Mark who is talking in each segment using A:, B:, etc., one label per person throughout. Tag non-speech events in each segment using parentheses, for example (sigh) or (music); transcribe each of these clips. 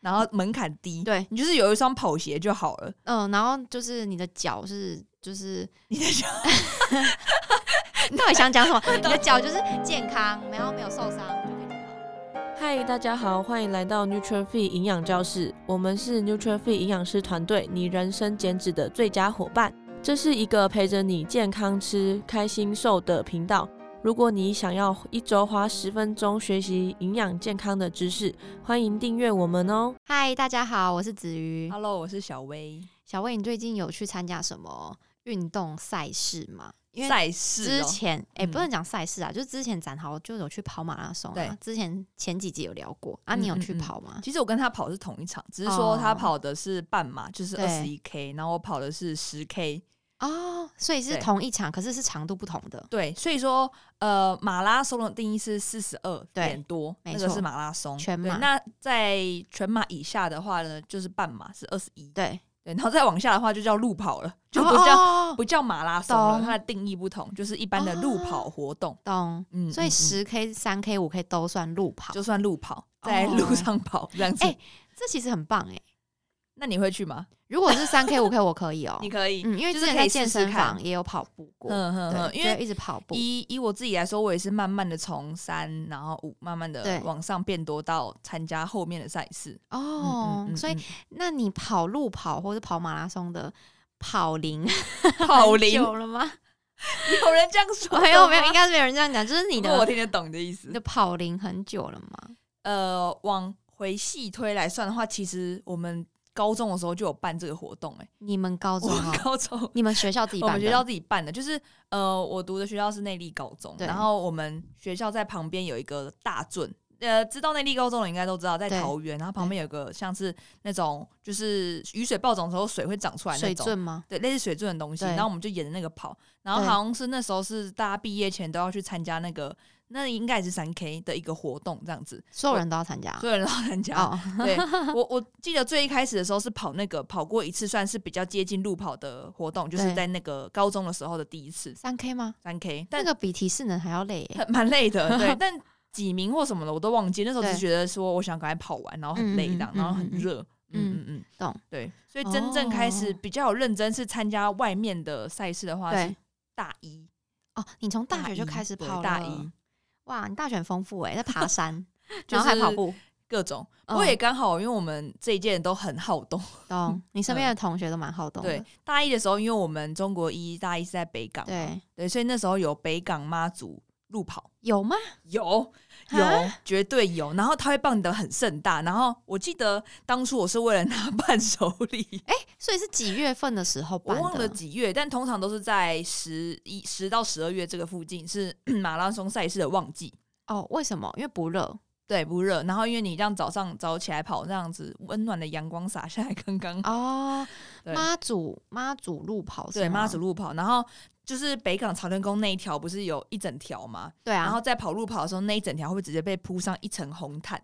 A: 然后门槛低，
B: 对，
A: 你就是有一双跑鞋就好了。
B: 嗯、然后就是你的脚是就是
A: 你在想，
B: 你到底想讲
A: (laughs)
B: 什么？你的脚就是健康，然后没有受伤就可以走了。
C: 嗨，大家好，欢迎来到 NutriFee 营养教室，我们是 NutriFee 营养师团队，你人生减脂的最佳伙伴。这是一个陪着你健康吃、开心瘦的频道。如果你想要一周花十分钟学习营养健康的知识，欢迎订阅我们哦。
B: 嗨，大家好，我是子瑜。
A: Hello，我是小薇。
B: 小魏，你最近有去参加什么运动赛事吗？因为
A: 赛事
B: 之
A: 哦，
B: 前哎、
A: 嗯
B: 不能讲赛事啊，就之前展豪就有去跑马拉松啊
A: 对。
B: 之前前几集有聊过啊，
A: 嗯
B: 你有
A: 嗯
B: 去
A: 嗯
B: 跑吗？
A: 其实我跟他跑的是同一场，只是说
B: 哦
A: 他跑的是半马，就是
B: 对
A: 二十一 K，然后我跑的是十 K。
B: 哦，所以是
A: 对
B: 同一场，可是是长度不同的。
A: 对，所以说呃，马拉松的定义是四十二
B: 对
A: 点多，
B: 没
A: 那个
B: 错
A: 是马拉松。
B: 全
A: 对
B: 马
A: 那在全马以下的话呢，就是半马是二十一。
B: 对，
A: 对，然后再往下的话就叫路跑了，就不叫、
B: 哦
A: 不叫马拉松了，
B: 懂
A: 它的定义不同，就是一般的路跑活动。
B: 懂。
A: 嗯，
B: 所以
A: 嗯嗯
B: 十 K、三 K、五 K 都算路跑，哦
A: 就算路跑，在路上跑这样子。
B: 哎这其实很棒哎、
A: 那你会去吗？
B: 如果是三 K、五 K，我可
A: (laughs)
B: 以哦、
A: 可以
B: 嗯，因为
A: 就是
B: 之前
A: 可
B: 在
A: 以
B: 健
A: 试试
B: 身
A: 看
B: 房也有跑步过，
A: 嗯嗯嗯，
B: 对，
A: 因
B: 就
A: 为
B: 一直跑步，
A: 以以我自己来说，我也是慢慢的从三，然后五，慢慢
B: 对
A: 的往上变多到参加后面的赛事。嗯
B: 哦，
A: 嗯嗯
B: 所以
A: 嗯
B: 那你跑路跑或者跑马拉松的跑 (laughs) 龄
A: 跑龄
B: 久了吗？
A: 有人这样说的吗？
B: (laughs) 没有没 (laughs) 有，应该是没有人这样讲，就是你
A: 不过我
B: 的嗯
A: 听得懂你的意
B: 你
A: 思
B: 的。跑龄很久了吗？
A: 呃，往回细推来算的话，其实我们高中的时候就有办这个活动、哎，
B: 你们高
A: 我
B: 中
A: 们
B: 哦，
A: 高中
B: (laughs) 你们学校自己
A: 我
B: 办
A: 们
B: 的，
A: 学校自己办的，就是呃，我读的学校是内力高中，
B: 对
A: 然后我们学校在旁边有一个大圳，呃，知道内力高中的应该都知道，在
B: 对
A: 桃园，然后旁边有个像是那种就是雨水暴涨的时候水会长出来那
B: 水
A: 种。
B: 圳吗？
A: 对，类似水圳的东西，
B: 对
A: 然后我们就沿着那个跑，然后
B: 对
A: 好像是那时候是大家毕业前都要去参加那个，那应该也是三 K 的一个活动这样子，
B: 所有人都要参加啊
A: 所有人都要参加。
B: 哦， (laughs)
A: 对我，我记得最一开始的时候是跑那个跑过一次，算是比较接近路跑的活动，就是
B: 对
A: 在那个高中的时候的第一次
B: 三 K 吗？
A: 三 K，
B: 那
A: 但
B: 个比提示人还要累耶，
A: 很蛮累的，
B: (laughs)
A: 对，但几名或什么的我都忘记，那时候
B: 对
A: 只觉得说我想赶快跑完，然后很累这样
B: 嗯，嗯嗯
A: 然后很热，
B: 嗯
A: 嗯嗯嗯，
B: 懂，
A: 对，所以真正开始
B: 哦
A: 比较有认真是参加外面的赛事的话是
B: 对。
A: 大一，
B: 哦，你从大学
A: 一
B: 就开始
A: 对
B: 跑了，
A: 大一
B: 哇，你大学很丰富哎，在爬 (laughs) 山，
A: 就
B: (laughs) 然后还
A: 是
B: 跑步，
A: 各种，不
B: 嗯
A: 过也刚好，因为我们这一届人都很好动。
B: 懂？你身边的同学都蛮好动的
A: 对，，大一的时候，因为我们中国一大一是在北港嘛，
B: 对，
A: 对，所以那时候有北港妈祖路跑，
B: 有啊吗？
A: 有 (laughs) 有
B: 哈
A: 绝对有，然后他会办得很盛大，然后我记得当初我是为了拿 (laughs) 伴手礼，
B: 所以是几月份的时候
A: 我
B: 办哎的？
A: 忘了几月，但通常都是在十一十到十二月这个附近是 (clears throat) 马拉松赛事的旺季。
B: 哦，为什么？因为不热。
A: 对，不热，然后因为你这样早上早起来跑，这样子温暖的阳光洒下来刚刚好。嗯
B: 哦，
A: (laughs) 对
B: 妈祖妈祖路跑是
A: 对，妈
B: 吗
A: 祖路跑，然后就是北港朝天宫那一条不是有一整条吗？
B: 对啊，
A: 然
B: 然
A: 后
B: 后
A: 在跑路跑的时候，那一整条会直接被铺上一层红毯。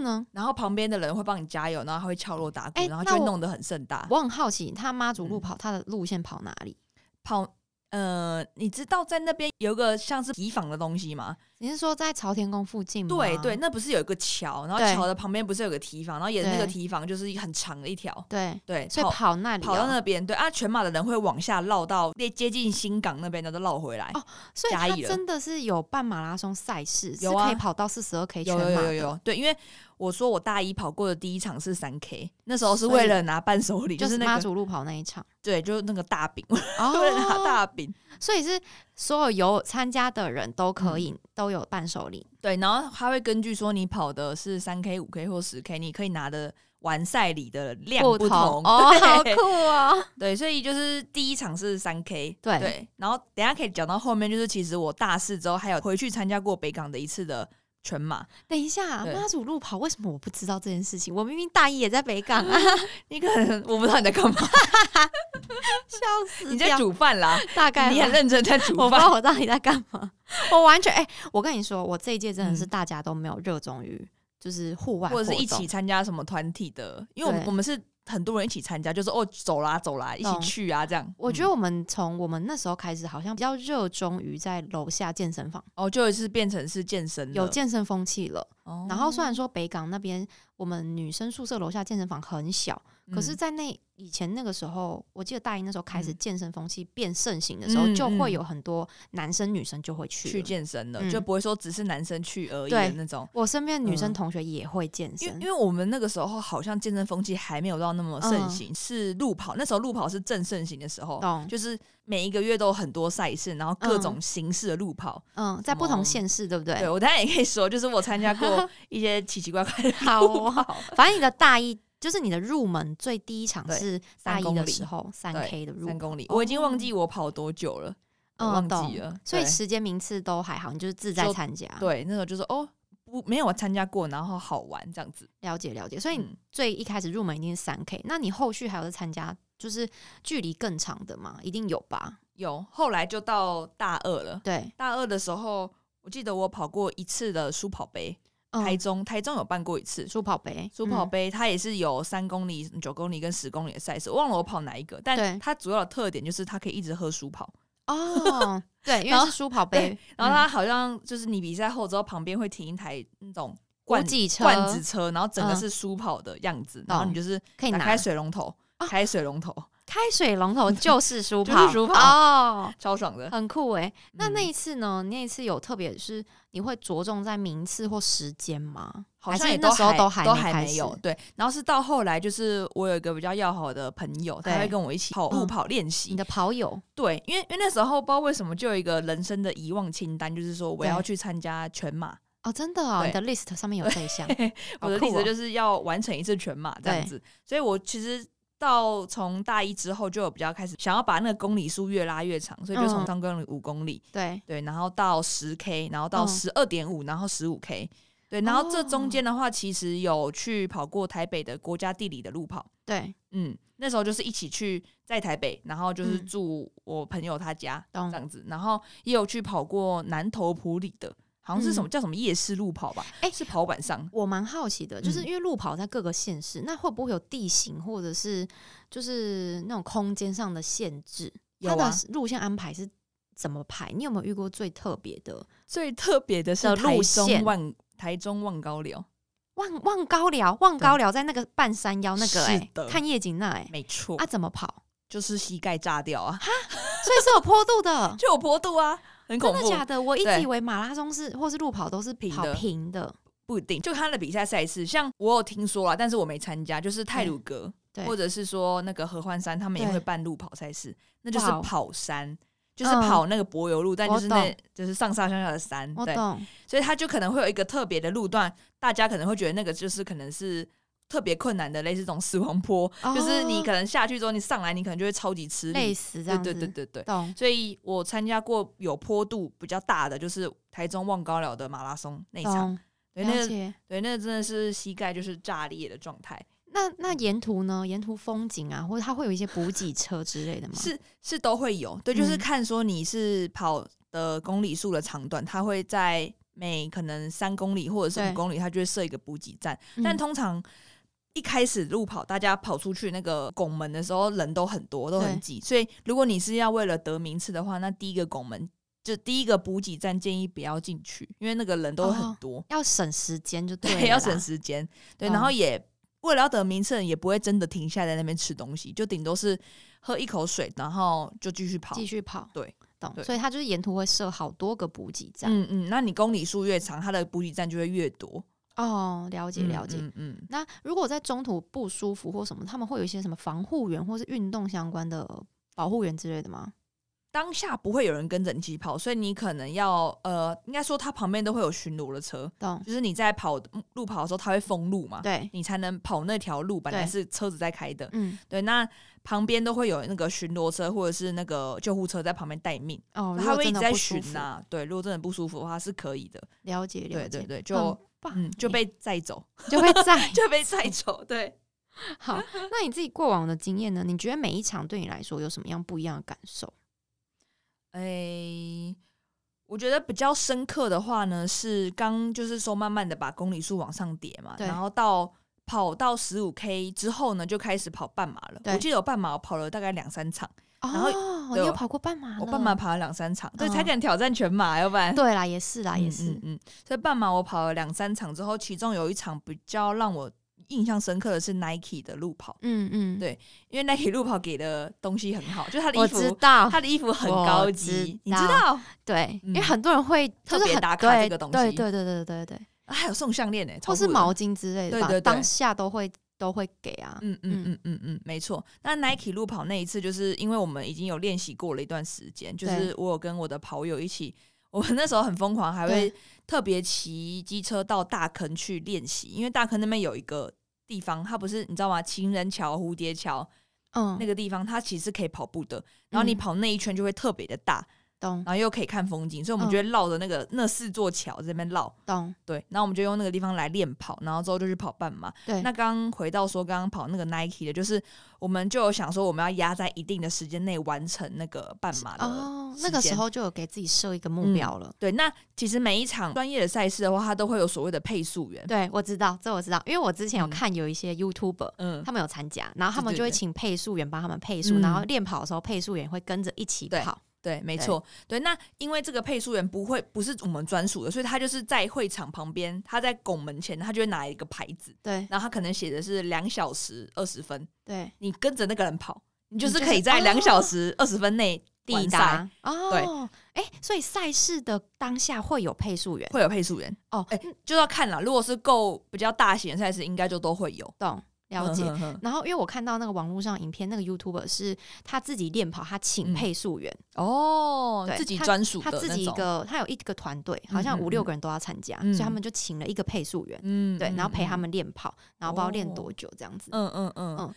B: 呢？
A: 然后旁边的人会帮你加油，然后他会敲锣打鼓，
B: 哎
A: 然后
B: 那
A: 就会
B: 我
A: 弄得很盛大。
B: 我很好奇，他妈祖路
A: 啊嗯
B: 跑，他的路线跑哪里？
A: 跑，呃，你知道在那边有一个像是提防的东西吗？
B: 你是说在朝天宫附近嗯吗？
A: 对对，那不是有一个桥，然后
B: 对
A: 桥的旁边不是有个提防，然后沿着那个
B: 对
A: 提防就是很长的一条，
B: 对，
A: 对，
B: 所以
A: 跑
B: 跑那里哦，
A: 跑到那边，对啊，全马的人会往下绕到接接近新港那边，然后再绕回来。
B: 哦所以
A: 嘉
B: 他
A: 义了
B: 真的是有办马拉松赛事，
A: 有
B: 是可
A: 啊
B: 以跑到四十二 K 全
A: 有
B: 马
A: 有有
B: 的
A: 有，对，因为我说我大一跑过的第一场是三 K，那时候是
B: 所以
A: 为了拿伴手礼，
B: 就
A: 就是是
B: 妈
A: 那个
B: 祖路跑那一
A: (laughs)
B: 场。
A: 对，就是那个大饼， (laughs) 为了拿
B: 哦，
A: 大饼。
B: 所以是所有有参加的人都
A: 嗯
B: 可以、都有伴手礼。
A: 对，然后他会根据说你跑的是三 K、五 K 或十 K，你可以拿的完赛礼的量
B: 同
A: 同。
B: 哦，好
A: 对
B: 酷
A: (laughs)
B: 哦！
A: 对，所以就是第一场是三 K，
B: 对
A: 对，然后等一下可以讲到后面，就是其实我大四之后还有回去参加过北港的一次的全马，
B: 等一下，
A: 对
B: 妈祖路跑为什么我不知道这件事情？我明明大一也在北港
A: (laughs)
B: 啊，
A: 你可能我不知道你在干嘛，
B: (laughs) 笑死掉！
A: 你在煮饭
B: (laughs)
A: 啦，
B: 大概
A: 你很
B: 吧
A: 认真在煮
B: 我不
A: 饭
B: 知道，我到底在干嘛， (laughs) 我完全哎、我跟你说，我这一届真的是大家都没有热衷于就是户外
A: 嗯或者是一
B: 活动
A: 起参加什么团体的，因为我们
B: 对
A: 我们是很多人一起参加，就是哦走啦走啦，一起
B: 懂
A: 去啊这样，
B: 我觉
A: 嗯
B: 得我们从我们那时候开始，好像比较热衷于在楼下健身房
A: 哦就是变成是健身了，
B: 有健身风气了。
A: 哦
B: 然后虽然说北港那边我们女生宿舍楼下健身房很小，可是，
A: 嗯
B: 在那以前那个时候，我记得大一那时候开始
A: 嗯
B: 健身风气变盛行的时候，
A: 嗯
B: 就
A: 嗯
B: 会有很多男生女生就会去
A: 去
B: 了。
A: 健身了，
B: 嗯
A: 就不会说只是男生去而已
B: 对
A: 的那种。
B: 我身边的女生
A: 嗯
B: 同学也会健
A: 因为
B: 身
A: 因，为我们那个时候好像健身风气还没有到那么盛行，是路跑那时候路跑是正盛行的时候，
B: 嗯懂？
A: 就是每一个月都有很多赛事，然后各种形式的路跑。
B: 嗯，在不
A: 什么
B: 同县市，对不对？
A: 哦对我当然也可以说，就是我参加
B: (laughs)
A: 过一些奇奇怪怪的
B: 好
A: 路
B: 哦，
A: 跑，
B: 反正你的大一就是你的入门最第一场
A: 对
B: 是大
A: 三
B: 一
A: 公
B: 的
A: 里
B: 时候，三
A: 对
B: K 的入
A: 三
B: 门，
A: 公里，
B: 哦
A: 我已经忘记我跑多久了，我
B: 嗯，
A: 忘记
B: 懂。
A: 了。
B: 所以
A: 对
B: 时间名次都还好，你就是自在
A: 就
B: 参加，
A: 对那时候就说哦，不没有参加过，然后好玩这样子。
B: 了解了解。所以你
A: 嗯
B: 最一开始入门一定是三 K，那你后续还有在参加就是距离更长的吗？一定有吧？
A: 有后来就到大二了，
B: 对，
A: 大二的时候。我记得我跑过一次的书跑杯，台
B: 嗯，
A: 中台中有办过一次，
B: 书跑杯，
A: 速跑
B: 嗯
A: 杯它也是有三公里、九公里跟十公里的赛事，我忘了我跑哪一个，但
B: 对
A: 它主要的特点就是它可以一直喝舒跑，
B: 哦，
A: (laughs)
B: 对，因
A: 然
B: 为
A: 后
B: 是书跑
A: 对
B: 杯，
A: 然后
B: 嗯
A: 它好像就是你比赛后之后旁边会停一台那种罐
B: 补给车
A: 罐子车，然后整个
B: 嗯
A: 是舒跑的样子，然后你就是
B: 可以
A: 打
B: 拿
A: 开水龙头，
B: 啊
A: 开水龙头
B: 开水
A: (laughs)
B: 龙头就是书
A: 就是
B: 跑，
A: 书跑
B: 哦，
A: 超爽的。
B: 很酷诶。那
A: 嗯
B: 那一次呢？那一次有特别是你会着重在名次或时间吗？
A: 好
B: 还
A: 像
B: 是
A: 也
B: 那时候
A: 还
B: 都
A: 都
B: 还没开
A: 没
B: 始
A: 有对，然后是到后来，就是我有一个比较要好的朋友，他
B: 对
A: 会跟我一起跑路
B: 嗯
A: 跑练习
B: 你，的跑友
A: 对，因为因为那时候不知道为什么就有一个人生的遗忘清单，就是说我
B: 对
A: 要去参加全马，
B: 哦，真的哦，
A: 对
B: 你的 list 上面有这一项，好
A: 我的
B: 酷
A: 例子
B: 哦
A: 就是要完成一次全马这样
B: 对
A: 子。所以我其实到从大一之后就有比较开始想要把那个公里数越拉越长，所以就从
B: 嗯
A: 三公里、五公里，
B: 对，
A: 对，然后到十 K，然后到
B: 嗯
A: 十二点五，然后十五 K。对，然后这中
B: 哦
A: 间的话，其实有去跑过台北的国家地理的路跑，
B: 对，
A: 嗯，那时候就是一起去在台北，然后就是
B: 嗯
A: 住我朋友他家、
B: 懂
A: 这样子，然后也有去跑过南投埔里的，好像是什么、
B: 嗯
A: 叫什么夜市路跑吧？
B: 哎
A: 是跑板上。
B: 我蛮好奇的，就是
A: 嗯
B: 因为路跑在各个县市，那会不会有地形或者是就是那种空间上的限制？
A: 有
B: 它
A: 啊
B: 的路线安排是怎么排？你有没有遇过最特别的？
A: 最特别的是
B: 的
A: 台
B: 路
A: 中
B: 线
A: 万台中万高寮，
B: 望望高寮，望高寮在那个半山腰那个、
A: 是
B: 欸，
A: 的
B: 看夜景那、欸，
A: 没错、
B: 啊，怎么跑？
A: 就是膝盖炸掉啊，，
B: 所以是有坡度的
A: (laughs) 就有坡度啊，很恐
B: 真的
A: 怖。
B: 假的？我一直
A: 对
B: 以为马拉松是或是路跑都是
A: 平
B: 跑
A: 的
B: 平的，
A: 不一定，就他的比赛赛事，像我有听说啦，但是我没参加，就是泰
B: 对
A: 鲁阁
B: 对
A: 或者是说那个合欢山，他们也
B: 对
A: 会办路跑赛事，那就是
B: 哇哦
A: 跑山，就是
B: 嗯
A: 跑那个柏油路，但
B: 我
A: 就是那
B: 懂
A: 就是上上下下的山，
B: 我
A: 嗯对，
B: 懂。
A: 所以它就可能会有一个特别的路段，大家可能会觉得那个就是可能是。特别困难的，类似这种死亡坡，
B: 哦
A: 就是你可能下去之后，你上来，你可能就会超级吃
B: 累
A: 力。
B: 死这
A: 对
B: 样子，
A: 对对对对，
B: 懂。
A: 所以我参加过有坡度比较大的，就是台中望高寮的马拉松那一场，
B: 懂，
A: 对，那
B: 了
A: 个
B: 解。
A: 对，那真的是膝盖就是炸裂的状态，
B: 那那沿途呢？沿途风景啊，或者它会有一些补给车之类的吗？
A: 是是都会有。对，就是
B: 嗯
A: 看说你是跑的公里数的长短，它会在每可能三公里或者是
B: 对
A: 五公里，它就会设一个补给站。
B: 嗯，
A: 但通常一开始路跑，大家跑出去那个拱门的时候，人都很多，都
B: 对
A: 很挤。所以如果你是要为了得名次的话，那第一个拱门就第一个补给站建议不要进去，因为那个人都很
B: 哦
A: 多。
B: 要省时间就了
A: 对，
B: 啦
A: 要省时间。对，然后
B: 嗯
A: 也为了要得名次，也不会真的停下来在那边吃东西，就顶多是喝一口水，然后就继续跑。
B: 继续跑。
A: 对，
B: 懂。
A: 对
B: 所以它就是沿途会设好多个补给站。
A: 嗯嗯，那你公里数越长，它的补给站就会越多。
B: 哦，了解
A: 嗯
B: 了解。
A: 嗯嗯，
B: 那如果在中途不舒服或什么，他们会有一些什么防护员或是运动相关的保护员之类的吗？
A: 当下不会有人跟着你一起跑，所以你可能要呃，应该说它旁边都会有巡逻的车，
B: 懂？
A: 就是你啊在跑嗯路跑的时候，它会封路嘛。
B: 对，
A: 你才能跑那条路，本来
B: 对
A: 是车子在开的，
B: 嗯，
A: 对。那旁边都会有那个巡逻车或者是那个救护车在旁边待命。
B: 哦，如
A: 他
B: 果
A: 会一
B: 真
A: 直
B: 的
A: 在
B: 不舒
A: 巡
B: 服
A: 呐、对，如果真的不舒服的话是可以的，
B: 了解了
A: 对
B: 解。
A: 对对，
B: 很
A: 就
B: 棒
A: 嗯就
B: 你
A: 被载走， (laughs)
B: 就会在
A: 就被
B: (laughs)
A: 载走，
C: (laughs)
A: 对。
B: 好，那你自己过往的经验呢？你觉得每一场对你来说有什么样不一样的感受？
A: 哎、我觉得比较深刻的话呢，是刚就是说慢慢的把公里数往上叠嘛，
B: 对
A: 然后到跑到十五 K 之后呢，就开始跑半马了。
B: 对
A: 我记得有半马我跑了大概两三场，然后
B: 哦，你
A: 对
B: 有
A: 我
B: 跑过半马？
A: 我半马。跑了两三场，对，才
B: 嗯
A: 敢挑战全马，要不然
B: 对啦，也是啦，也
A: 嗯。
B: 是
A: 嗯嗯，所以半马我跑了两三场之后，其中有一场比较让我印象深刻的是 Nike 的路跑，
B: 嗯嗯，
A: 对因为 Nike 路跑给的东西很好，就是它的
B: 我
A: 衣
B: 知
A: 服，
B: 道。
A: 它的衣服很
B: 我
A: 高
B: 知
A: 级，你
B: 道
A: 知道？
B: 对，因为
A: 嗯
B: 很多人会
A: 特
B: 就是
A: 别
B: 很
A: 打卡
B: 对
A: 这个东
B: 对
A: 西
B: 对对对对对，
A: 啊还有送项链呢，超
B: 或是
A: 酷的
B: 毛巾之类的
A: 对
B: 吧，
A: 对对
B: 当下都会都会给啊。
A: 嗯嗯嗯嗯嗯，没错。那 Nike 路跑那一次，就是因为我们已经有练习过了一段时间，就
B: 对
A: 是我有跟我的跑友一起，我们那时候很疯狂，还会
B: 对
A: 特别骑机车到大坑去练习，因为大坑那边有一个地方，它不是你知道吗？情人桥、蝴蝶桥
B: 嗯，
A: 那个地方，它其实是可以跑步的，然后你
B: 嗯
A: 跑那一圈就会特别的大，
B: 懂
A: 然后又可以看风景，所以我们
B: 嗯
A: 就会绕着那个那四座桥这边绕。
B: 懂，
A: 对，然后我们就用那个地方来练跑，然后之后就去跑半马。
B: 对，
A: 那刚刚回到说刚刚跑那个 Nike 的，就是我们就有想说我们要压在一定的时间内完成那个半马的
B: 哦，
A: 时
B: 那个时
A: 间嗯
B: 候就有给自己设一个目标了。
A: 对，那其实每一场专业的赛事的话，它都会有所谓的配速员。
B: 对，我知道，这我知道，因为我之前有
A: 嗯
B: 看有一些 YouTuber，
A: 嗯，
B: 他们有参加，然后他
A: 对
B: 们
A: 对
B: 就会
A: 对
B: 请配速员帮他们配速，
A: 嗯
B: 然后练跑的时候配速员会跟着一起
A: 对
B: 跑。
A: 对，没
B: 对
A: 错，对。那因为这个配速员不会不是我们专属的，所以他就是在会场旁边，他在拱门前，他就会拿一个牌子，
B: 对
A: 然后他可能写的是两小时二十分，
B: 对，
A: 你跟着那个人跑，你就
B: 你
A: 是
B: 就
A: 可
B: 是
A: 以在两小
B: 哦
A: 时二十分内
B: 抵
A: 完赛
B: 达哦，哎，所以赛事的当下会有配速员
A: 会有配速员
B: 哦
A: 哎、就要看了。如果是够比较大型的赛事，应该就都会有。
B: 懂了解。
A: 嗯哼哼
B: 然后，因为我看到那个网络上影片，那个 YouTuber 是他自己练跑，他请
A: 嗯
B: 配速员，
A: (laughs) 哦
B: 对，
A: 自己
B: 他
A: 专属的
B: 他自己
A: 那
B: 一
A: 种，
B: 个，他有一个团队，好像
A: 嗯嗯
B: 五六个人都要参加，
A: 嗯
B: 所以他们就请了一个配速员，
A: 嗯
B: 对，然后陪他，们练跑，然后不知道练
A: 哦
B: 多久这样子。
A: 嗯嗯嗯嗯
B: 嗯
A: 嗯。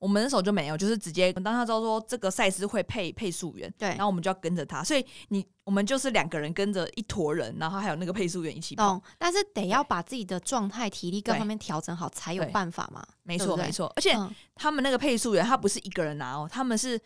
A: 我们那时候就没有，就是直接当他知道说这个赛事会配配速员，
B: 对
A: 然后我们就要跟着他，所以你我们就是两个人跟着一坨人，然后还有那个配速员一起跑，
B: 懂，但是得要把自己的状态、体力各
A: 对
B: 方面调整好，才有
A: 对
B: 办法嘛。
A: 没
B: 对
A: 错
B: 不对
A: 没错，而且
B: 嗯
A: 他们那个配速员他不是一个人拿哦，他们是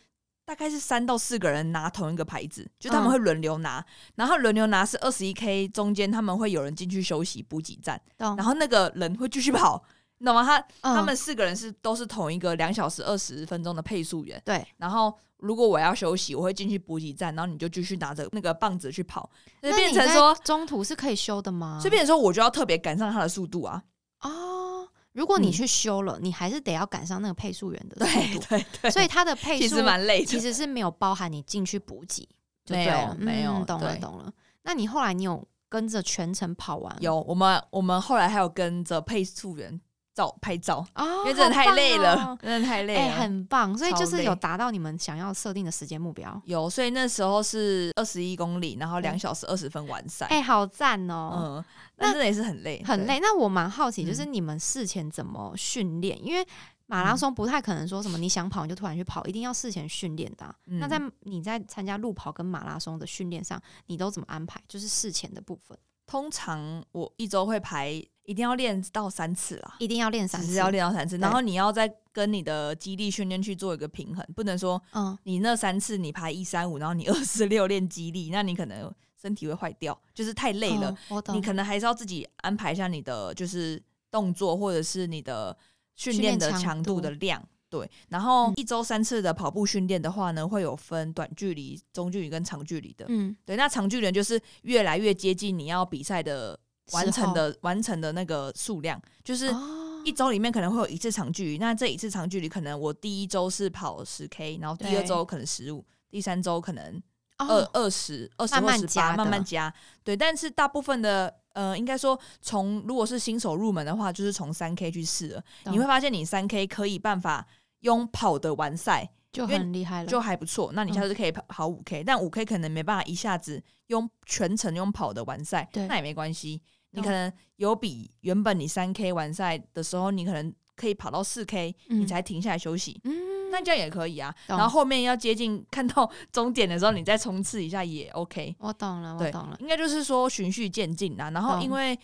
A: 大概是三到四个人拿同一个牌子，就他们
B: 嗯
A: 会轮流拿，然后轮流拿是二十一 K 中间他们会有人进去休息补给站，
B: 懂，
A: 然后那个人会继续跑，你懂吗？他、
B: 嗯
A: 他们四个人是都是同一个两小时二十分钟的配速员，
B: 对，
A: 然后如果我要休息，我会进去补给站，然后你就继续拿着那个棒子去跑，所以
B: 那
A: 变
B: 你
A: 成
B: 在嗯
A: 说，
B: 中途是可以休的吗？
A: 所以变成说我就要特别赶上他的速度啊，
B: 哦，如果你
A: 嗯
B: 去休了，你还是得要赶上那个配速员的
A: 对
B: 速度，
A: 对对，
B: 所以他的配
A: (laughs) 其
B: 速
A: 实蛮累的，
B: 其实是没有包含你进去补给，就
A: 没
B: 对
A: 有
B: 了
A: 没有
B: 嗯懂了
A: 对
B: 懂了。那你后来你有跟着全程跑完？
A: 有，我们我们后来还有跟着配速员照拍照，
B: 哦，
A: 因为真的太累了，
B: 好棒哦
A: 真的太 (laughs) 累
B: 哎，
A: 了。
B: 很棒，所以就
A: 超
B: 是有
A: 累嗯
B: 达到你们想要设定的时间目标。
A: 有，所以那时候是二十一公里，然后
B: 对
A: 两小时二十分完赛。
B: 哎，好赞哦！
A: 嗯，但真的也是很累，
B: 很
A: 对。
B: 累。那我蛮好奇，就是
A: 嗯
B: 你们事前怎么训练？因为马拉松不太可能说什么你想跑你就突然去跑，一定要事前训练的啊、
A: 嗯
B: 那在你在参加路跑跟马拉松的训练上，你都怎么安排？就是事前的部分，
A: 通常我一周会排，一定要练到三次啦，
B: 一定要练三
A: 只
B: 次。
A: 是要练到三次，
B: 对
A: 然后你要再跟你的肌力训练去做一个平衡，不能说
B: 嗯，
A: 你那三次你排一三五，然后你二四六练肌力，那你可能身体会坏掉，就是太累了
B: 哦。我懂。
A: 你可能还是要自己安排一下你的就是动作或者是你的训
B: 训
A: 练
B: 练
A: 的
B: 强
A: 强
B: 度
A: 度的量。对，然后
B: 嗯
A: 一周三次的跑步训练的话呢，会有分短距离、中距离跟长距离的。
B: 嗯，
A: 对，那长距离就是越来越接近你要比赛的完成的完成的那个数量，就是
B: 时候哦
A: 一周里面可能会有一次长距离。那这一次长距离，可能我第一周是跑十 K，然后第二
B: 对
A: 周可能十五，第三周可能二
B: 哦
A: 二十二十
B: 慢
A: 或
B: 慢
A: 十
B: 加
A: 八，
B: 的
A: 慢慢加。对，但是大部分的呃，应该说从如果是新手入门的话，就是从三 K 去试了，
B: 懂
A: 你会发现你三 K 可以办法用跑的完赛，
B: 就
A: 因为
B: 很厉害了，
A: 就还不错。那你下次可以跑跑五 K，、但五 K 可能没办法一下子用全程用跑的完赛，
B: 对
A: 那也没关系。你
B: 懂
A: 可能有比原本你三 K 完赛的时候，你可能可以跑到四 K，、你
B: 嗯
A: 才停下来休息。
B: 嗯，
A: 那这样也可以啊。
B: 懂
A: 然后后面要接近看到终点的时候，你再冲刺一下也 OK。
B: 我懂了，我
A: 对
B: 懂了，
A: 应该就是说循序渐进啊啦。然后
B: 嗯懂
A: 因为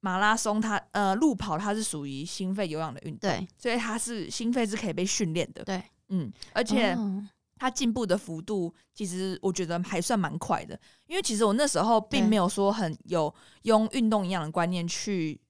A: 马拉松它呃路跑它是属于心肺有氧的运动，
B: 对
A: 所以它是心肺是可以被训练的。
B: 对，
A: 嗯，而且
B: 哦
A: 它进步的幅度其实我觉得还算蛮快的，因为其实我那时候并
B: 对
A: 没有说很有用运动营养的观念去。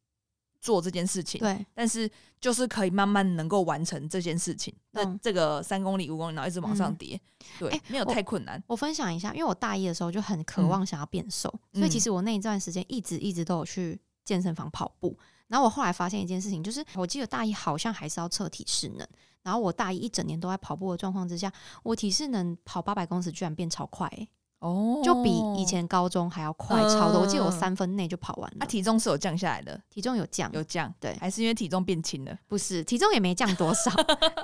A: 做这件事情，
B: 对，
A: 但是就是可以慢慢能够完成这件事情。那
B: 懂
A: 这个三公里、五公里，然后一直往上叠，对，
B: 嗯诶
A: 没有
B: 我
A: 太困难。
B: 我分享一下，因为我大一的时候就很渴望想要变瘦，所以其
A: 嗯
B: 实我那一段时间一直一直都有去健身房跑步。然后我后来发现一件事情，就是我记得大一好像还是要测体适能，然后我大一一整年都在跑步的状况之下，我体适能跑八百公尺居然变超快、欸，
A: 哦嗯
B: 就比以前高中还要快超多。我记得我三分内就跑完
A: 啊，
B: 了，
A: 体重是有降下来的，
B: 体重有降，
A: 有降，
B: 对
A: 还是因为体重变轻了。
B: 不是体重也没降多少， (laughs)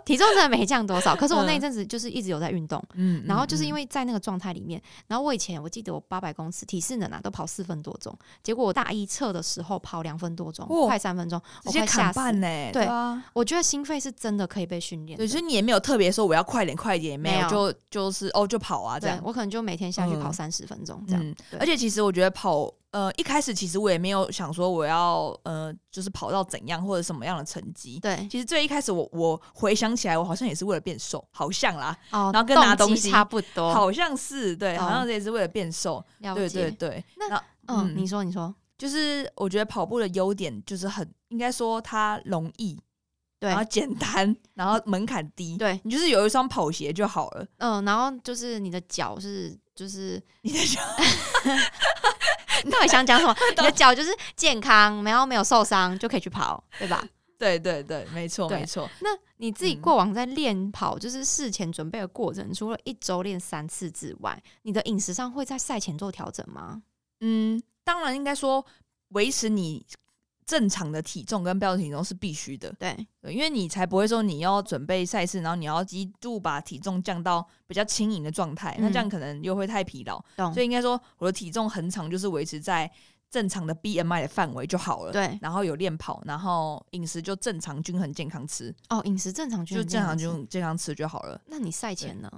B: 体重真的没降多少。可是我那一
A: 嗯
B: 阵子就是一直有在运动，
A: 嗯
B: 然后就是因
A: 为
B: 为在那个状态里面，然后我以前我记得我八百公尺体适能啊都跑四分多钟，结果我大一测的时候跑两分多钟，
A: 哦
B: 快三分钟，
A: 直
B: 我
A: 接
B: 快吓
A: 砍
B: 死。
A: 半呢，
B: 对
A: 啊，
B: 我觉得心肺是真的可以被训练的，
A: 对，所以你也没有特别说我要快点快点，也没
B: 没
A: 有，
B: 有
A: 就就是哦就跑啊这
B: 对
A: 样，
B: 我可能就每天下去跑
A: 嗯
B: 三十分钟这样。
A: 嗯，
B: 对
A: 而且其实我觉得跑，呃，一开始其实我也没有想说我要呃就是跑到怎样或者什么样的成绩。
B: 对
A: 其实最一开始我我回想起来，我好像也是为了变瘦，好像啦，
B: 哦，
A: 然后跟拿
B: 动
A: 东
B: 机
A: 西
B: 差不多，
A: 好像是对，
B: 懂
A: 好像也是为了变瘦，
B: 哦了
A: 对
B: 解。
A: 对对。
B: 那
A: 然后嗯
B: 嗯，你说你说，
A: 就是我觉得跑步的优点就是很，应该说它容易，
B: 对
A: 然，后简
B: (laughs)
A: 单，然后门槛低。
B: 对
A: 你就是有一双跑鞋就好了。
B: 嗯，然后就是你的脚是就是
A: (laughs) 你在想，
B: 你 (laughs) 到底
A: (laughs)
B: 想讲什么？你的脚就是健康，然后没有受伤就可以去跑，对吧？
A: 对对对，没错
B: 对
A: 没错。
B: 那你自己
A: 嗯
B: 过往在练跑，就是事前准备的过程，除了一周练三次之外，你的饮食上会在赛前做调整吗？
A: 嗯，当然应该说维持你正常的体重跟标准体重是必须的，
B: 对，
A: 对，因为你才不会说你要准备赛事，然后你要一度把体重降到比较轻盈的状态，那这样
B: 嗯
A: 可能又会太疲劳。
B: 懂
A: 所以应该说我的体重很长，就是维持在正常的 BMI 的范围就好了。
B: 对
A: 然后有练跑，然后饮食就正常均衡健康吃，
B: 哦，饮食正常均
A: 就
B: 衡
A: 正常
B: 这样子
A: 均健康吃就好了。
B: 那你赛前呢？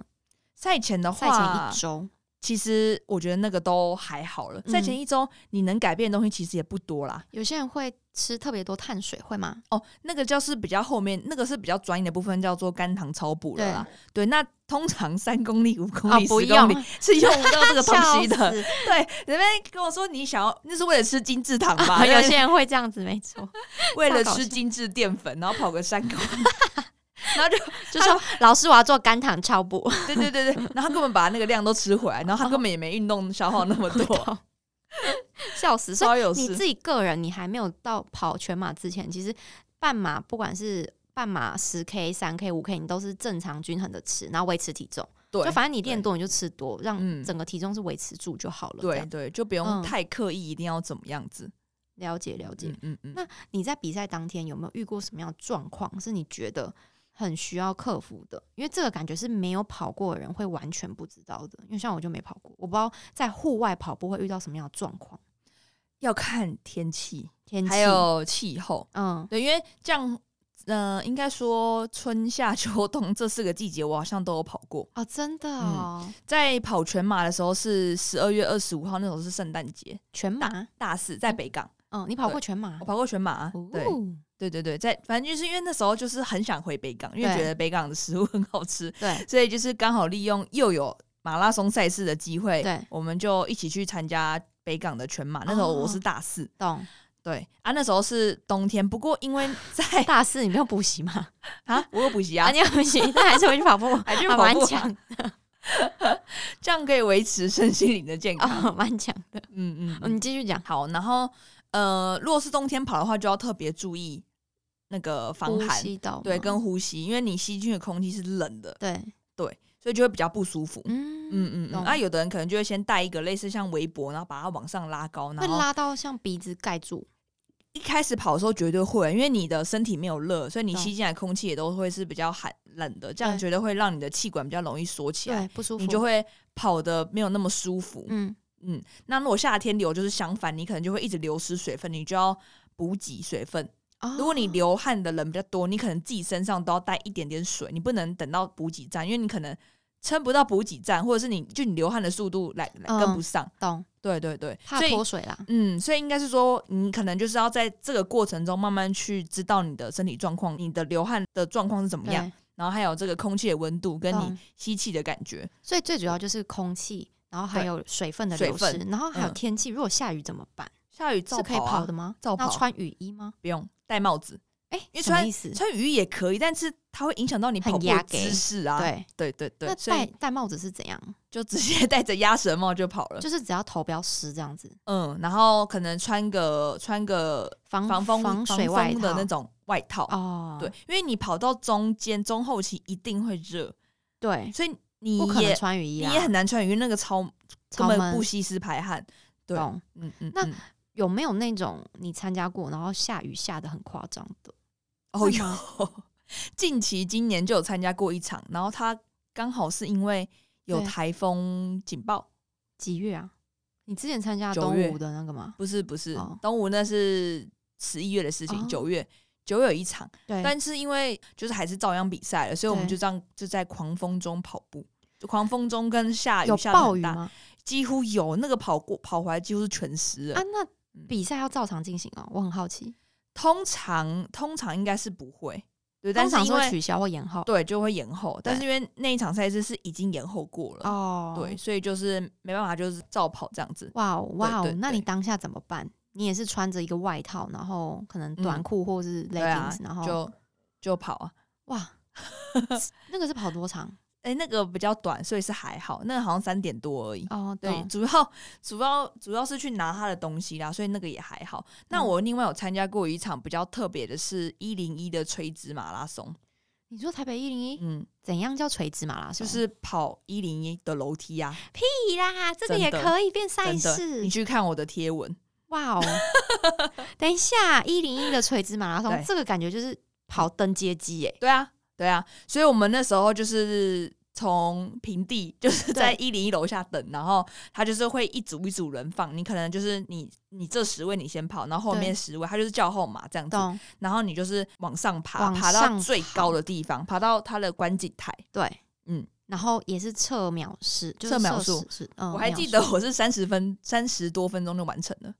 A: 赛前的
B: 赛前
A: 话
B: 一，周，
A: 其实我觉得那个都还好了。
B: 嗯
A: 赛前一周你能改变的东西其实也不多啦。
B: 有些人会吃特别多碳水，会吗？
A: 哦，那个就是比较后面，那个是比较专业的部分，叫做肝糖超补了啦。对，那通常三公里、五公
B: 啊
A: 里、，
B: 不
A: 十公
B: 用
A: 里， (laughs) 是用不到这个东西 (laughs)
B: 笑
A: 的。
B: 死
A: 对，人家跟我说你想要，那是为了吃精致糖吧？
B: (laughs) 哦有些人会这样子，没错，
A: (laughs) 为了
B: 超搞
A: 吃
B: 笑
A: 精致淀粉，然后跑个三公里，然后就
B: 就说
A: 哎
B: 老师我要做肝糖超
A: (laughs)
B: 补，
A: (laughs) 对对对对，然后他根本把那个量都吃回来，然后他根本也没运动消耗那么 (laughs) 多，
B: 懂 (laughs) 笑死！所以
A: 超有
B: 你
A: 事
B: 自。己个人，你还没有到跑全马之前，其实半马不管是半马十 K、三 K、五 K，你都是正常均衡的吃，然后维持体重。
A: 对
B: 就，反正你练
A: 对
B: 多你就吃多，让
A: 嗯
B: 整个体重是维持住就好了。这
A: 对
B: 样，
A: 对，就不
B: 嗯
A: 用太刻意，一定要怎么样子。
B: 了解了解。
A: 嗯嗯嗯。
B: 那你在比赛当天有没有遇过什么样的状况，是你觉得很需要克服的？因为这个感觉是没有跑过的人会完全不知道的。因为像我就没跑过，我不知道在户外跑步会遇到什么样的状况。
A: 要看天气，
B: 天气，
A: 还有气候。
B: 嗯，
A: 对，因为这样，呃，应该说春夏秋冬这四个季节，我好像都有跑过。
B: 哦，真的
A: 嗯
B: 哦，
A: 在跑全马的时候是十二月二十五号，那时候是圣诞节，
B: 全马，
A: 大四在北港，
B: 嗯，你跑
A: 对
B: 过全马
A: 我？跑过全马。啊对
B: 哦
A: 对对对，在反正就是因为那时候就是很想回北港，因为
B: 对
A: 觉得北港的食物 (laughs) 很好吃，
B: 对
A: 所以就是刚好利用又有马拉松赛事的机会，
B: 对，
A: 我们就一起去参加北港的全马。那时候
B: 哦
A: 我是大四，
B: 懂。
A: 对啊，那时候是冬天，不过因为在 (laughs)
B: 大四你没有补习吗？
A: 啊，我有补习
B: 啊，
A: 啊，
B: 你有补习，但还是会去跑步，
A: 还去
B: 啊
A: 跑
B: 蛮
A: 步啊
B: 强
A: 这样可以维持身心灵的健康。
B: 哦，蛮强的。
A: 啊嗯嗯
B: 哦
A: 嗯，
B: 你继续讲，
A: 好。然后呃，如果是冬天跑的话，就要特别注意那个防
B: 呼
A: 寒，
B: 吸道吗，
A: 对，跟呼吸，因为你吸进的空气是冷的，
B: 对，
A: 所以就会比较不舒服。嗯
B: 嗯，
A: 嗯嗯，那、
B: 懂
A: 啊、有的人可能就会先带一个类似像围脖，然后把它往上拉高，
B: 会
A: 然后
B: 拉到像鼻子盖住，
A: 一开始跑的时候绝对会，因为你的身体没有热，所以你
B: 懂
A: 吸进来的空气也都会是比较寒冷的，这样
B: 对
A: 绝对会让你的气管比较容易缩起来，
B: 对，不舒服，
A: 你就会跑的没有那么舒服。
B: 嗯，
A: 嗯，那如果夏天流就是相反，你可能就会一直流失水分，你就要补给水分。
B: 哦
A: 如果你流汗的人比较多，你可能自己身上都要带一点点水，你不能等到补给站，因为你可能撑不到补给站，或者是你就你流汗的速度来来跟
B: 嗯
A: 不上。
B: 懂，
A: 对对对，
B: 怕
A: 所以
B: 脱水啦，
A: 嗯，所以应该是说，你可能就是要在这个过程中慢慢去知道你的身体状况，你的流汗的状况是怎么样，
B: 对，
A: 然后还有这个空气的温度跟
B: 懂
A: 你吸气的感觉。
B: 所以最主要就是空气，然后还
A: 对
B: 有水分的
A: 水
B: 流失
A: 分，
B: 然后还有
A: 嗯
B: 天气，如果下雨怎么办？
A: 下雨照
B: 是可以
A: 跑啊
B: 跑的吗？
A: 照
B: 那
A: 跑
B: 穿雨衣吗？
A: 不用，戴帽子，
B: 哎、
A: 因为
B: 什么
A: 穿
B: 意思？
A: 穿雨衣也可以，但是它会影响到你
B: 很
A: 跑步
B: 压
A: 的
B: 给
A: 姿势啊。
B: 对，
A: 对对对
B: 那
A: 所
B: 戴
A: 以
B: 戴帽子是怎样？
A: 就 (laughs) 直接戴着鸭舌帽就跑了。
B: 就是只要头不要湿这样子，
A: 嗯，然后可能穿个穿个
B: 防
A: 防风
B: 防水
A: 风
B: 外
A: 的
B: 套
A: 那种外套。
B: 哦，
A: 对，因为你跑到中间中后期一定会热，
B: 对，
A: 所以你
B: 欸不可能
A: 也
B: 穿雨衣
A: 你
B: 啊，
A: 也很难穿雨，因为那个超根
B: 超
A: 本
B: 闷
A: 不。吸湿排汗。对，
B: 懂
A: 嗯嗯，
B: 那
A: 嗯
B: 有没有那种你参加过，然后下雨下的很夸张的？
A: 哦
B: 是吗
A: 有， (laughs) 近期今年就有参加过一场，然后他刚好是因为有
B: 对
A: 台风警报，
B: 几月啊？你之前参加
A: 九
B: 东
A: 月
B: 吴的那个吗？
A: 不是不是，
B: 哦
A: 东吴那是十一月的事情，
B: 哦
A: 九、月九月有一场，
B: 对，
A: 但是因为就是还是照样比赛了，所以我们
B: 对
A: 就这样就在狂风中跑步，就狂风中跟下雨
B: 有
A: 下得
B: 暴
A: 很
B: 雨
A: 大，
B: 吗？
A: 几乎有那个跑过跑回来几乎是全湿了。
B: 啊，那比赛要照常进行哦，我很好奇。
A: 通常通常应该是不会，对，但
B: 通
A: 是
B: 常
A: 因
B: 是会
A: 为
B: 取消或延后
A: 对就会延后，但
B: 对
A: 是因为那一场赛事是已经延后过了。
B: 哦。
A: 对，，所以就是没办法，就是照跑这样子。
B: 哇哦哇
A: 对
B: 哦
A: 对，
B: 那你
A: 对
B: 当下怎么办？你也是穿着一个外套，然后可能短
A: 嗯
B: 裤或是
A: 对啊
B: leggings，、然，后
A: 就就跑啊。
B: 哇，那个是跑多长？
A: 哎、那个比较短，所以是还好。那个好像三点多而已。(laughs)
B: 哦，
A: 对，
B: 懂
A: 主要主要主要是去拿他的东西啦，所以那个也还好。那
B: 嗯
A: 我另外有参加过一场比较特别的是一零一的垂直马拉松，
B: 你说台北一零一
A: 嗯，
B: 怎样叫垂直马拉松？
A: 就是跑一零一的楼梯啊，
B: 屁啦，这个
A: 真
B: 也
A: 的
B: 可以变赛
A: 真的，
B: 事
A: 你。去看我的贴文，
B: 哇哦！等一下，一零一的垂直马拉松
A: 对，
B: 这个感觉就是跑登阶机耶。
A: 对啊，对啊，所以我们那时候就是从平地，就是 (laughs) 在一零一楼下等，然后他就是会一组一组人放，你可能就是你你这十位你先跑，然后后面
B: 对
A: 十位他就是叫号码这样子，
B: 懂？
A: 然后你就是往上爬，
B: 往
A: 爬到
B: 上
A: 最高的地方，爬到它的观景台。
B: 对，
A: 嗯
B: 嗯。然后也是测秒时，就是
A: 测秒
B: 时
A: 数
B: 是，嗯，
A: 我还
B: 秒
A: 记
B: 数
A: 得我是三十分三十多分钟就完成
B: 哦
A: 了。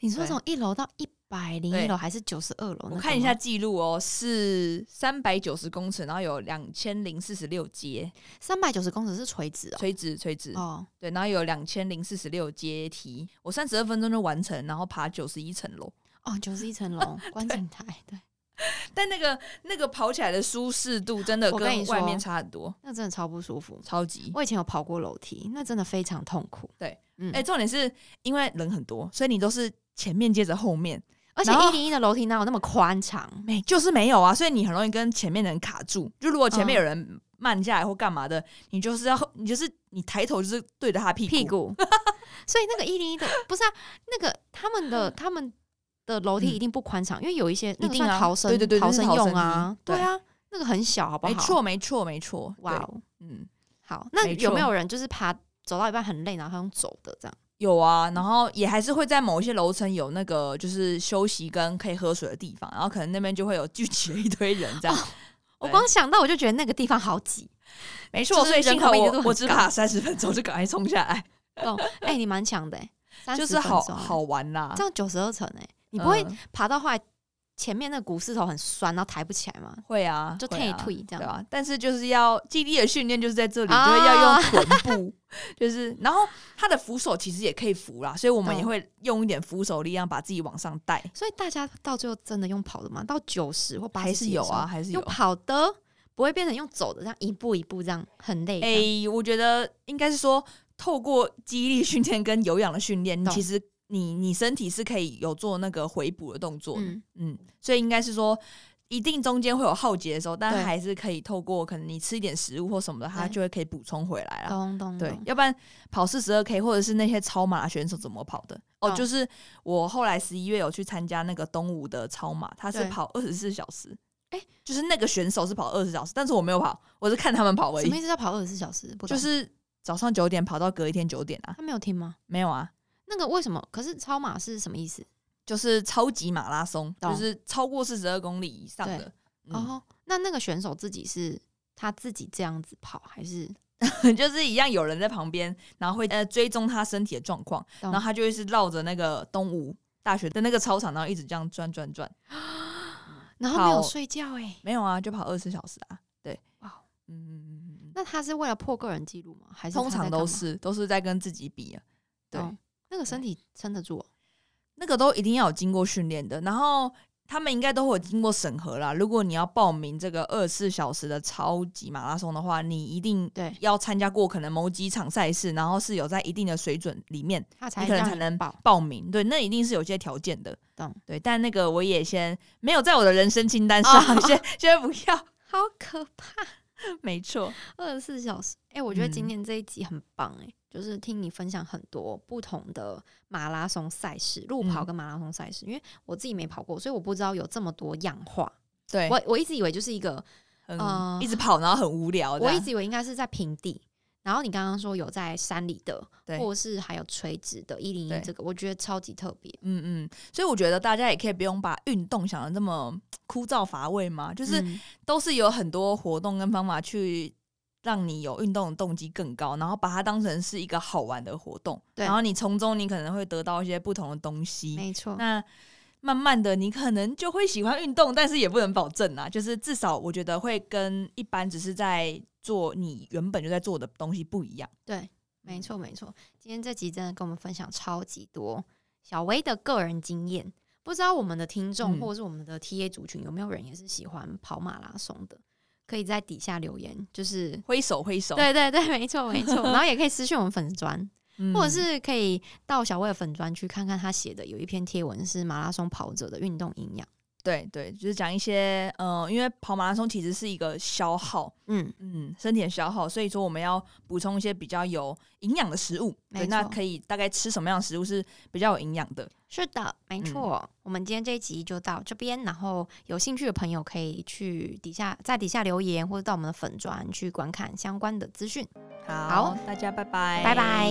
B: 你说
A: 对
B: 从一楼到一百零
A: 对
B: 一楼还是九十二楼那个吗？
A: 我看一下记录哦，是三百九十公尺，然后有两千零四十六阶，
B: 三百九十公尺是垂直哦。
A: 垂直垂直，
B: 哦，
A: 对，然后有两千零四十六阶梯，我三十二分钟就完成，然后爬九十一层楼。
B: 哦，九十一
A: (laughs)
B: 层楼观景台，对，
A: 但那个那个跑起来的舒适度真的
B: 我跟
A: 跟
B: 你说
A: 外面差很多，
B: 那真的超不舒服。
A: 超级。
B: 我以前有跑过楼梯，那真的非常痛苦。
A: 对，
B: 嗯，
A: 哎、重点是因为人很多，所以你都是前面接着后面，
B: 而且
A: 然后
B: 一零一的楼梯哪有那么宽敞？
A: 没，就是没有啊，所以你很容易跟前面的人卡住。就如果前
B: 嗯
A: 面有人慢下来或干嘛的，你就是要你就是你抬头就是对着他屁股，(laughs)
B: 屁股，所以那个一零一的不是啊，那个他们的他们的楼梯
A: 嗯
B: 一定不宽敞，因为有一些那个
A: 一定啊
B: 算逃生
A: 对对对
B: 逃
A: 那是
B: 生
A: 逃生
B: 用啊，
A: 梯对
B: 对啊，那个很小，好不好？
A: 没错，没错，没错。
B: 哇
A: 对，
B: 哦，
A: 嗯，
B: 好，那
A: 没
B: 有没
A: 错
B: 有人就是爬走到一半很累，然后他用走的这样？
A: 有啊，然后也还是会在某一些楼层有那个就是休息跟可以喝水的地方，然后可能那边就会有聚集了一堆人这样。
B: 哦我
A: 对
B: 光想到我就觉得那个地方好挤。
A: 没错，
B: 就是
A: 所以幸好
B: 人口密
A: 我
B: 度很
A: 我只
B: 高
A: 爬三十分钟就赶快冲下来，
B: 哦，哎、你蛮强的、欸，
A: 就是
B: 30
A: 好
B: 分钟欸
A: 好玩啦
B: 这。样九十二层哎，你不会
A: 嗯
B: 爬到后来前面那股四头很酸，然后抬不起来吗？
A: 会啊，
B: 就
A: 会
B: 退
A: 啊
B: 退这样
A: 对吧？但是就是要肌力的训练就是在这里，就
B: 啊
A: 是要用臀部，就是然后他的扶手其实也可以扶啦，所以我们
B: 懂
A: 也会用一点扶手力量把自己往上带，
B: 所以大家到最后真的用跑的吗？到九十或八十
A: 还是有啊，，还是有
B: 用。跑的不会变成用走的，这样一步一步这样很累。哎、
A: 诶、我觉得应该是说，透过肌力训练跟有氧的训练，你
B: 懂
A: 其实你你身体是可以有做那个回补的动作的，嗯
B: 嗯
A: 所以应该是说。一定中间会有耗竭的时候，但
B: 对
A: 还是可以透过可能你吃一点食物或什么的，它
B: 对
A: 就会可以补充回来啦。
B: 咚咚
A: 啊对
B: 咚，，
A: 要不然跑四十二 K 或者是那些超马选手怎么跑的？哦，
B: 嗯
A: 就是我后来十一月有去参加那个东吴的超马，他是
B: 对
A: 跑二十四小时。
B: 诶
A: 就是那个选手是跑二十小时，但是我没有跑，我是看他们跑而
B: 什么意
A: 已。
B: 思叫跑二十四小时？不懂
A: 就是早上九点跑到隔一天九点啊，
B: 他没有听吗？
A: 没有啊，
B: 那个为什么？可是超马是什么意思？
A: 就是超级马拉松，
B: 懂
A: 就是超过四十二公里以上的。嗯
B: 哦，那那个选手自己是他自己这样子跑，还是
A: 嗯， (laughs) 就是一样有人在旁边，然后会呃追踪他身体的状况，
B: 懂
A: 然后他就会是绕着那个东吴大学的那个操场，然后一直这样转转转。
B: 然后没
A: 跑
B: 有睡觉、哎，
A: 没有啊，就跑二十小时啊。对，
B: 哇哦
A: 嗯嗯嗯嗯嗯，
B: 那他是为了破个人记录吗？还是
A: 通
B: 他
A: 常
B: 在
A: 都
B: 干嘛
A: 是都是在跟自己比、啊。对，
B: 哦那个身体撑得住哦、
A: 那个都一定要有经过训练的。然后他们应该都会有经过审核啦。如果你要报名这个二十四小时的超级马拉松的话，你一定
B: 对
A: 要参加过可能某几场赛事，然后是有在一定的水准里面，
B: 他才
A: 你可能
B: 让
A: 才
B: 你
A: 能
B: 报。
A: 报名。对，那一定是有些条件的。
B: 懂
A: 对，但那个我也先没有在我的人生清单
B: 哦
A: 上， (laughs) 先先不要。
B: 好可怕，
A: 没错，
B: 二十四小时。哎、我觉得今
A: 嗯
B: 天这一集很棒哎、就是听你分享很多不同的马拉松赛事，路跑
A: 嗯
B: 跟马拉松赛事，因为我自己没跑过，所以我不知道有这么多样化。
A: 对，
B: 我我一直以为就是一个，
A: 很、
B: 呃
A: 一直跑，然后很无聊这
B: 我
A: 样。
B: 一直以为应该是在平地。然后你刚刚说有在山里的，
A: 对
B: 或是还有垂直的，一零
A: 对
B: 一这个我觉得超级特别。
A: 嗯嗯，所以我觉得大家也可以不用把运动想的那么枯燥乏味嘛，就
B: 就是
A: 都是有很多活动跟方法去让你有运动的动机更高，然后把它当成是一个好玩的活动，
B: 对
A: 然后你从中你可能会得到一些不同的东西。
B: 没错，
A: 那慢慢的，你可能就会喜欢运动，但是也不能保证啊，就是至少我觉得会跟一般只是在做你原本就在做的东西不一样。
B: 对，没错，没错。今天这集真的跟我们分享超级多小薇的个人经验。不知道我们的听众
A: 嗯
B: 或者是我们的 TA 族群有没有人也是喜欢跑马拉松的？可以在底下留言，就是
A: 挥手挥手，
B: 对对对，没错没错。然后也可以私讯我们粉砖，
A: 嗯，
B: 或者是可以到小薇的粉砖去看看她写的有一篇贴文是马拉松跑者的运动营养。
A: 对对，就是讲一些呃，因为跑马拉松其实是一个消耗，
B: 嗯，
A: 嗯，身体的消耗，所以说我们要补充一些比较有营养的食物。
B: 没
A: 对，那
B: 错
A: 可以大概吃什么样的食物是比较有营养的？
B: 是的，没错。我们今天这一集就到这边，然后有兴趣的朋友可以去底下在底下留言，或者到我们的粉砖去观看相关的资讯。好
A: 大家拜拜，
B: 拜拜。